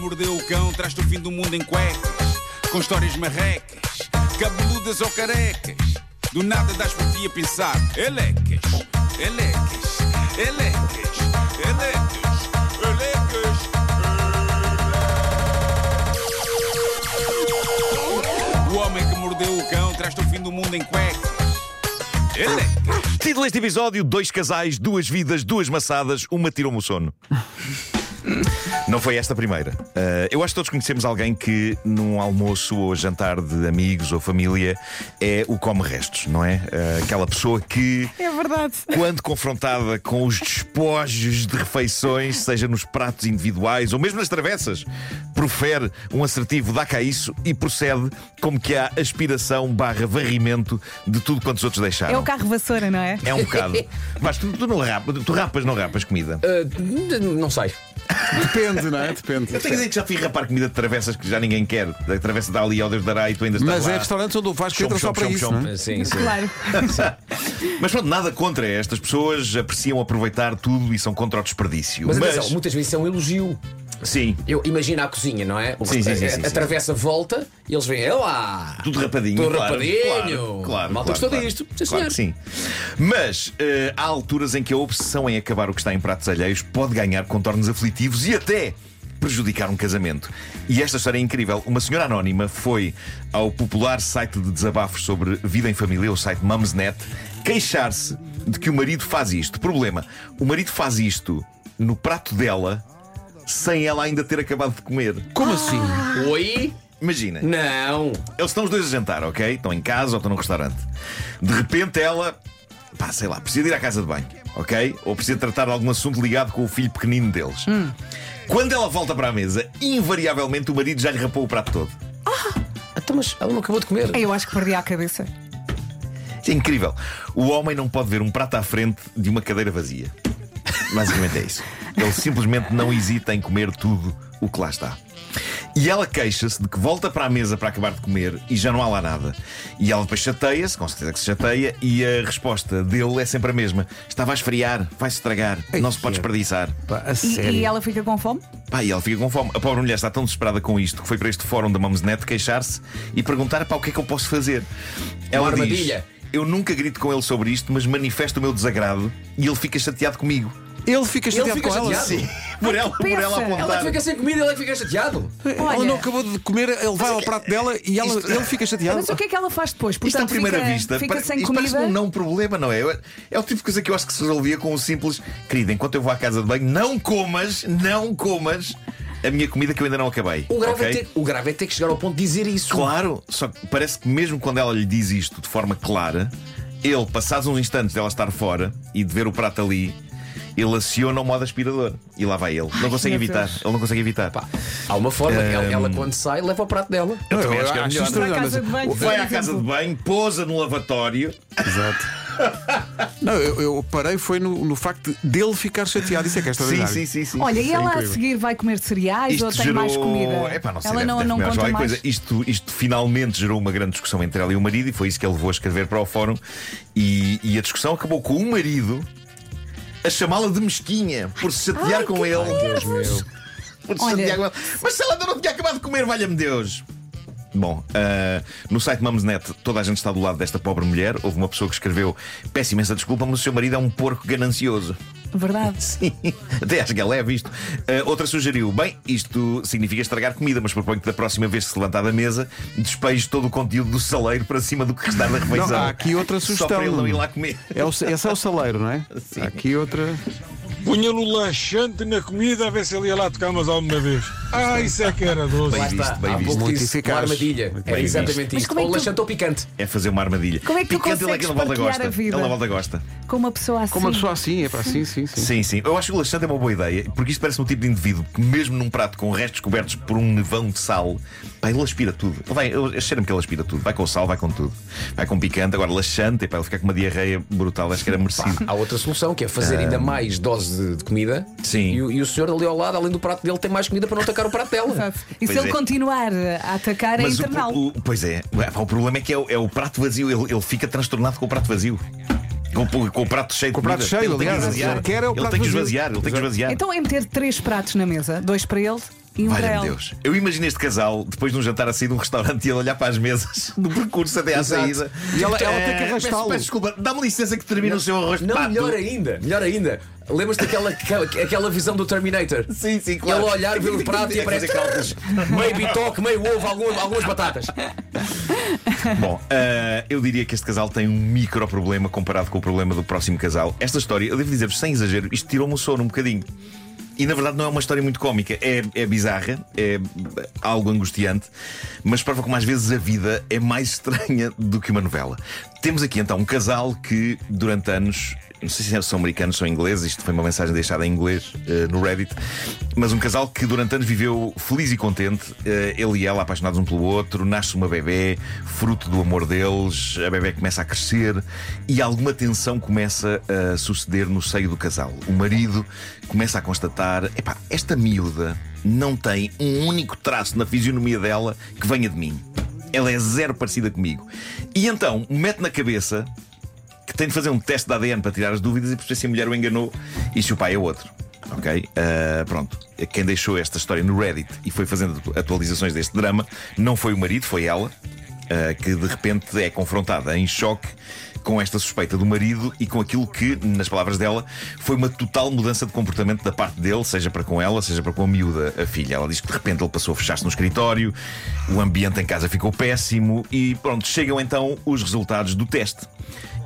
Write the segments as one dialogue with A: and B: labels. A: mordeu o cão traz-te o fim do mundo em cuecas, com histórias marrecas, cabeludas ou carecas. Do nada das por ti a pensar, elecas, elecas, elecas, elecas, elecas. O homem que mordeu o cão traz-te o fim do mundo em cuecas. Elecas.
B: Título deste episódio: Dois casais, duas vidas, duas maçadas, uma tirou-me o sono. Não foi esta a primeira. Ah, eu acho que todos conhecemos alguém que, num almoço ou jantar de amigos ou família, é o come restos, não é? Ah, aquela pessoa que.
C: É verdade.
B: Quando confrontada com os despojos de refeições, seja nos pratos individuais ou mesmo nas travessas, profere um assertivo dá cá isso e procede como que há aspiração barra varrimento de tudo quanto os outros deixaram.
C: É o carro vassoura, não é?
B: É um bocado. Mas tu, tu não rapas, tu rapas, não rapas comida.
D: Ah, n- n- não sei.
E: Depende, não é? Depende.
B: Eu tenho a dizer que já fui rapar comida de travessas que já ninguém quer. A travessa da ali ao Deus dará e tu ainda estás
E: Mas
B: lá.
E: é restaurantes onde o Vasco
B: Chom,
E: entra só
B: chom,
E: para
B: chom,
E: isso.
B: chom.
E: não é?
D: Sim, sim.
C: Claro.
B: Mas pronto, nada contra estas pessoas, apreciam aproveitar tudo e são contra o desperdício.
D: Mas atenção, muitas vezes é um elogio.
B: sim,
D: Eu imagino a cozinha, não é? O
B: Sim, sim, sim,
D: a-
B: sim,
D: a
B: sim.
D: travessa volta e eles vêm, é lá!
B: Tudo rapadinho.
D: Tudo
B: claro,
D: rapadinho.
B: Claro, claro,
D: Malta
B: claro,
D: gostou
B: claro.
D: disto. Sim,
B: Claro
D: senhor.
B: que sim. Mas eh, há alturas em que a obsessão em acabar o que está em pratos alheios pode ganhar contornos aflitivos e até prejudicar um casamento. E esta história é incrível. Uma senhora anónima foi ao popular site de desabafos sobre vida em família, o site Mumsnet, queixar-se de que o marido faz isto. Problema: o marido faz isto no prato dela sem ela ainda ter acabado de comer.
E: Como assim?
B: Ah.
D: Oi?
B: Imaginem.
D: Não!
B: Eles estão os dois a jantar, ok? Estão em casa ou estão num restaurante. De repente ela, pá, sei lá, precisa de ir à casa de banho, ok? Ou precisa de tratar de algum assunto ligado com o filho pequenino deles. Quando ela volta para a mesa, invariavelmente o marido já lhe rapou o prato todo.
D: Então, mas ela não acabou de comer.
C: Eu acho que perdi a cabeça.
B: Isto é incrível. O homem não pode ver um prato à frente de uma cadeira vazia. Basicamente é isso. Ele simplesmente não hesita em comer tudo o que lá está. E ela queixa-se de que volta para a mesa para acabar de comer e já não há lá nada. E ela depois chateia-se, com certeza que se chateia, e a resposta dele é sempre a mesma: estava a esfriar, vai-se estragar, não se pode desperdiçar.
E: Pá, a
C: E,
E: sério.
C: e ela fica com fome?
B: Pá, e ela fica com fome. A pobre mulher está tão desesperada com isto que foi para este fórum da Mamesnet queixar-se e perguntar para o que é que eu posso fazer. Ela diz,
D: armadilha.
B: Eu nunca grito com ele sobre isto, mas manifesto o meu desagrado e ele fica chateado comigo.
E: Ele fica chateado
D: fica
E: com ela.
D: chateado.
B: Sim, por ela, por
C: pensa?
B: ela apontar.
D: Ela é que fica sem comida, ela é que fica chateado.
E: Ela não
C: Olha,
E: acabou de comer, ele vai ao prato dela e ela, ele fica chateado.
C: mas o que é que ela faz depois?
B: Isto à
C: Portanto,
B: primeira
C: fica,
B: vista
C: Fica
B: pare-
C: sem
B: isto parece
C: comida.
B: um não problema, não é? Eu- É o tipo de coisa que eu acho que se resolvia com um simples querido, enquanto eu vou à casa de banho, não comas, não comas a minha comida que eu ainda não acabei.
D: O grave,
B: ok?
D: é ter, o grave é ter que chegar ao ponto de dizer isso.
B: Claro, só que parece que mesmo quando ela lhe diz isto de forma clara, ele, passados uns instantes dela estar fora e de ver o prato ali, ele aciona o modo aspirador e lá vai ele. não consegue
C: meu
B: evitar,
C: Deus.
B: ele não consegue evitar.
D: Pá, há uma forma. Ela, ela, quando sai, leva o prato dela.
B: Eu também acho que era melhor.
E: estranho,
C: Vai à casa de banho.
E: é
C: é
E: mas-
B: Foi
C: Por
B: à casa de
C: exemplo.
B: banho, pousa no lavatório.
E: Exato. Não, eu, eu parei foi no, no facto de- dele ficar chateado. Isso é que é
B: Sim,
E: extraordinário.
B: sim, sim, sim.
C: Olha, e
E: Isso é
C: ela a
E: incrível.
C: seguir vai comer cereais ou tem mais comida?
B: Epá, não sei,
C: ela
B: deve-
C: não,
B: deve
C: não
B: comer mais
C: conta
B: qualquer
C: mais.
B: coisa. Isto, isto finalmente gerou uma grande discussão entre ela e o marido, e foi isso que ele levou a escrever para o fórum. E, e a discussão acabou com o marido a chamá-la de mesquinha por se chatear com ele. Por se
C: Olha.
B: chatear com ele. Mas se ela ainda não tinha acabado de comer, valha-me Deus! Bom, ah, no site Mamesnet toda a gente está do lado desta pobre mulher. Houve uma pessoa que escreveu: Peço imensa desculpa, mas o seu marido é um porco ganancioso.
C: Verdade.
B: Sim, até acho que é leve isto. Ah, outra sugeriu: bem, isto significa estragar comida, mas proponho que da próxima vez que se levantar da mesa, despeje todo o conteúdo do saleiro para cima do que restar da refeição.
E: Não, há aqui outra
B: Só
E: sugestão.
B: para ele não ir lá comer.
E: É o, esse é o saleiro, não é? Há aqui outra.
F: Punha-lhe o laxante na comida a ver se ele ia lá tocar mais alguma vez. Ah, isso é que era doce.
B: Bem visto, bem
D: há
B: visto.
D: pouco
E: Muito
D: disse
E: eficaz.
D: uma armadilha.
B: Muito
D: Era
B: bem
D: exatamente
C: Mas
D: isso.
C: como é
D: Ou
C: que tu-
D: laxante ou picante.
B: É fazer uma armadilha.
C: Como é que tu
B: Picante, ele é que
C: consegues
B: ele volta
C: partilhar
B: gosta.
C: a vida?
B: Ele à volta gosta.
C: Com uma pessoa assim.
E: Com uma pessoa assim, é para assim, sim, sim.
B: Sim, sim. Eu acho que o laxante é uma boa ideia, porque isto parece um tipo de indivíduo que, mesmo num prato com restos cobertos por um nevão de sal, pá, ele aspira tudo. Ele Vai, eu cheiro-me que ele aspira tudo. Vai com sal, vai com tudo. Vai com picante, agora laxante, e pá, ele fica com uma diarreia brutal. Acho que era merecido.
D: Há outra solução que é fazer ainda mais dose de, de comida.
B: Ah. Sim.
D: E, o- e o senhor ali ao lado, além do prato dele, tem mais comida para não atacar o prato dela.
C: Exato. E se
B: Pois
C: ele
B: é.
C: continuar a atacar, é
B: Mas o-
C: internal.
B: o- pois é, Pá, o problema é que é o, é o prato vazio, ele, ele fica transtornado com o prato vazio. Com, o- com o prato cheio
E: Com o
B: de
E: prato
B: comida.
E: cheio,
B: ele tem que
E: aliás,
B: esvaziar.
E: quer é o
B: ele
E: prato
B: tem que
E: vazio.
D: Então,
B: esvaziar, ele tem que esvaziar.
C: Então é meter três pratos na mesa, dois para ele E um
B: Valha-me
C: grel.
B: Deus. Eu imagino este casal, depois de um jantar a sair de um restaurante e ele olhar para as mesas no percurso até à
E: Exato.
B: saída.
E: E ela- ela
B: Eh,
E: tem que
B: peço-
E: arrastá-lo.
B: Peço desculpa, dá-me licença que termine o seu arroz de
D: Não,
B: pato.
D: melhor ainda, melhor ainda. Lembras-te daquela aquela, aquela visão do Terminator?
B: Sim, sim, claro.
D: Ele olhar, ver o prato e
B: É fazer
D: aparece
B: cálculos.
D: meio bitoque, meio ovo, algumas, algumas batatas.
B: Bom, eh, eu diria que este casal tem um micro problema comparado com o problema do próximo casal. Esta história, eu devo dizer-vos sem exagero, isto tirou-me o sono um bocadinho. E na verdade não é uma história muito cómica, é, é bizarra, é algo angustiante, mas prova como às vezes a vida é mais estranha do que uma novela. Temos aqui então um casal que durante anos, não sei se são americanos ou ingleses, isto foi uma mensagem deixada em inglês eh, no Reddit, mas um casal que durante anos viveu feliz e contente, eh, ele e ela apaixonados um pelo outro, nasce uma bebê, fruto do amor deles, a bebê começa a crescer e alguma tensão começa a suceder no seio do casal. O marido começa a constatar: epá, esta miúda não tem um único traço na fisionomia dela que venha de mim. Ela é zero parecida comigo. E então mete na cabeça que tem de fazer um teste de ADN para tirar as dúvidas e perceber se a mulher o enganou e se o pai é outro. Ok? Ah, pronto. Quem deixou esta história no Reddit e foi fazendo atu- atualizações deste drama não foi o marido, foi ela, ah, que de repente é confrontada em choque com esta suspeita do marido e com aquilo que, nas palavras dela, foi uma total mudança de comportamento da parte dele, seja para com ela, seja para com a miúda, a filha. Ela diz que de repente ele passou a fechar-se no escritório, o ambiente em casa ficou péssimo e pronto, chegam então os resultados do teste.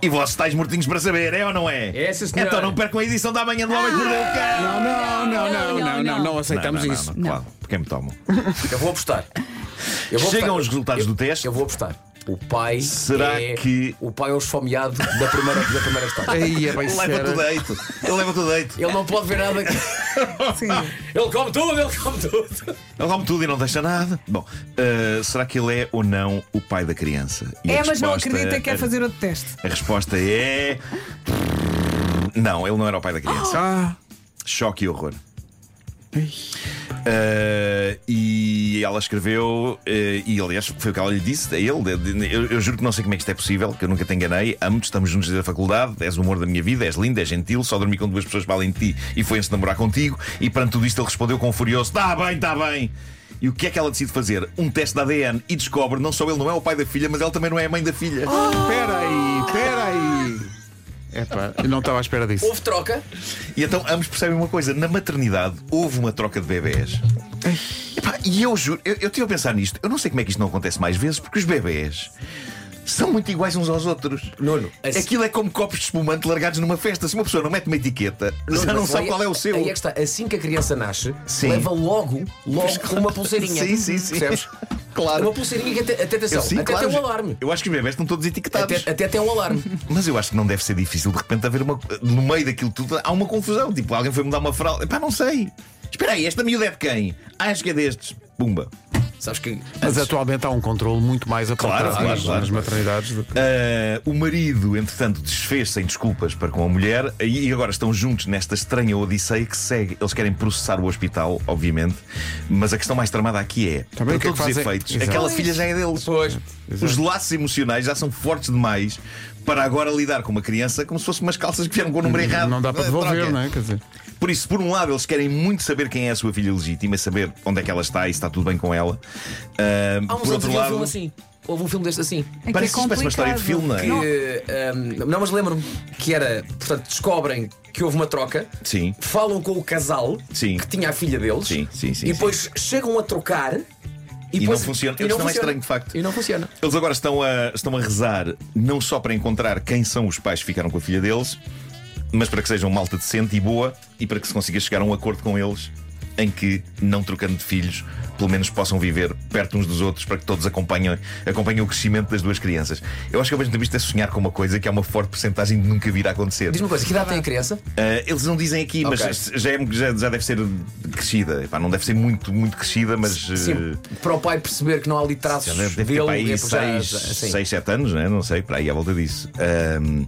B: E vós estáis mortinhos para saber, é ou não é?
D: É, sim, senhor. Ah!
B: então não percam a edição da manhã do Homem que Mordeu o Cão.
E: Não, não, não, não, não, não, não aceitamos
B: Não, não,
E: isso.
B: Não, não, claro, porque é me tomam.
D: Eu vou apostar. Eu vou
B: Chegam
D: apostar.
B: os resultados do teste.
D: Eu vou apostar. O pai
B: Será
D: é
B: que-
D: o pai é o esfomeado da primeira, da primeira história.
E: Aí é bem
B: Ele leva
E: sério.
B: tudo deito. Ele leva tudo deito.
D: Ele não pode ver nada.
C: Sim.
D: Ele come tudo, ele come tudo.
B: Ele come tudo e não deixa nada. Bom, ah, será que ele é ou não o pai da criança? E a
C: É, mas não
B: resposta-
C: acredita que quer fazer outro teste.
B: A resposta é. Não, ele não era o pai da criança.
E: Ah,
B: Choque e horror. Eh, e ela escreveu, eh, e aliás foi o que ela lhe disse a ele. de- de- Eu, eu juro que não sei como é que isto é possível, que eu nunca te enganei. Amo-te, estamos juntos desde a faculdade, és o humor da minha vida, és linda, és gentil. Só dormi com duas pessoas para além de ti e foi antes de namorar contigo. E perante tudo isto, ele respondeu com um furioso: Tá bem, tá bem. E o que é que ela decide fazer? Um teste de ADN e descobre não só ele não é o pai da filha, mas ele também não é a mãe da filha.
E: espera aí, espera aí. Epá, eu não estava à espera disso.
D: Houve troca.
B: E então ambos percebem uma coisa: na maternidade houve uma troca de bebés. Epá, e eu juro, eu, eu estive a pensar nisto. Eu não sei como é que isto não acontece mais vezes, porque os bebés são muito iguais uns aos outros.
D: Nuno, esse-
B: Aquilo é como copos de espumante largados numa festa. Se uma pessoa não mete uma etiqueta,
D: Nuno,
B: já não
D: mas
B: sabe
D: aí-
B: qual é o seu.
D: Aí é que está. Assim que a criança nasce,
B: Sim.
D: leva logo, logo com uma pulseirinha.
B: Sim, sim, sim.
D: Percebes?
B: Claro.
D: Uma pulseirinha que até, até atenção,
B: Eu, sim,
D: até
B: claro,
D: tem um alarme.
B: Eu acho que os bebés estão todos etiquetados.
D: Até, até tem um alarme.
B: Mas eu acho que não deve ser difícil de repente haver uma. No meio daquilo tudo, há uma confusão. Tipo, alguém foi mudar uma fralda. Pá, não sei. Espera aí, esta miúda é de quem? Ah, acho que é destes. Pumba.
D: Sabes que.
E: Mas atualmente há um controle muito mais apontado
B: Claro, claro,
E: nas,
B: claro.
E: nas maternidades. do-
B: Ah, o marido, entretanto, desfez sem desculpas para com a mulher e agora estão juntos nesta estranha odisseia que segue. Eles querem processar o hospital, obviamente, mas a questão mais tramada aqui é:
E: Também o
B: para
E: que é que
B: todos os
E: fazem?
B: efeitos,
E: Exato.
B: aquela filha já é deles.
D: Pois.
B: Os laços emocionais já são fortes demais para agora lidar com uma criança como se fossem umas calças que vieram com o número errado.
E: Não dá para
B: Ah,
E: devolver,
B: troca.
E: não é? Quer dizer,
B: Por isso, por um lado, eles querem muito saber quem é a sua filha legítima, saber onde é que ela está e se está tudo bem com ela. Ah,
D: Há uns
B: por
D: anos
B: outro
D: havia um
B: lado,
D: filme assim. Houve um filme deste assim.
C: É que
B: parece,
C: é
B: parece uma história de
C: complicado.
B: filme, não é?
D: Que, hum, não, mas lembro-me que era. Portanto, descobrem que houve uma troca.
B: Sim.
D: Falam com o casal
B: Sim.
D: que tinha a filha deles.
B: Sim, sim, sim,
D: E depois chegam a trocar. E, depois-
B: não funciona.
D: E
B: Isto
D: não
B: não é
D: funciona.
B: estranho, de facto.
D: E não funciona.
B: Eles agora estão a, estão a rezar não só para encontrar quem são os pais que ficaram com a filha deles, mas para que sejam malta decente e boa e para que se consiga chegar a um acordo com eles em que, não trocando de filhos, pelo menos possam viver perto uns dos outros para que todos acompanhem, acompanhem o crescimento das duas crianças. Eu acho que ao mesmo tempo isto é sonhar com uma coisa que há uma forte porcentagem de nunca vir a acontecer.
D: Diz-me uma coisa, que idade tem a criança?
B: Ah, eles não dizem aqui,
D: Ok.
B: mas já, é- já- já deve ser crescida. Epá, não deve ser muito, muito crescida, mas. eh,
D: Sim, para o pai perceber que não há ali
B: Já
D: traços
B: deve, deve ter
D: dele,
B: para aí
D: é porque é já- já-
B: 6,
D: assim.
B: 7 anos, né? não sei, para aí à volta disso. Ahm,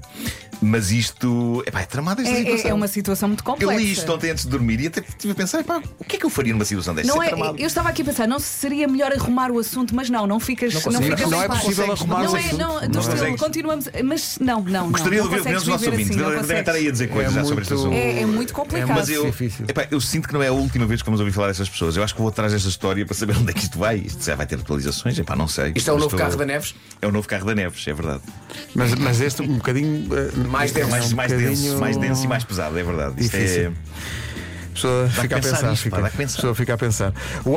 B: Mas isto epá, é tramado esta
C: É, é-
B: situação.
C: é uma situação muito
B: Eu
C: complexa.
B: li isto ontem antes de dormir e até estive a pensar: epá, o que é que eu faria numa situação desta?
C: Não
B: Isso
C: é,
B: tramado.
C: eu estava aqui a pensar, não se seria melhor arrumar o assunto, mas não, não ficas. Não,
D: consigo.
C: ficas
E: Não é
C: em paz.
E: possível arrumar
C: não
E: o
C: é,
E: assunto.
C: não, do
B: Não
C: estilo,
B: consegues.
C: continuamos. Mas não, não.
B: Gostaria
C: não,
B: de ouvir
C: não
B: opiniões dos nossos
C: consegues
B: ouvintes.
C: viver assim, não
B: Devem devem estar
C: consegues.
B: aí a dizer coisas
E: É
B: já sobre este
E: muito-
B: assunto.
C: É, é muito complicado.
B: Mas eu,
E: difícil.
B: epá, eu sinto que não é a última vez que vamos ouvir falar dessas pessoas. Eu acho que vou atrás desta história para saber onde é que isto vai. Isto já vai ter atualizações, epá, não sei.
D: Isto é o
B: Mas
D: novo
B: estou-
D: carro da Neves?
B: É o novo carro da Neves, é verdade.
E: Mas, mas este um bocadinho. eh,
D: Mais
E: este é
D: denso.
B: mais,
E: um
B: mais
E: bocadinho-
B: denso, mais denso e mais pesado, é verdade. Isto é-
E: Difícil. A pessoa
B: que
E: fica a
B: pensar
E: pensar.
B: nisto, pá,
E: fica-
B: dá que pensar.
E: A pessoa fica a pensar. O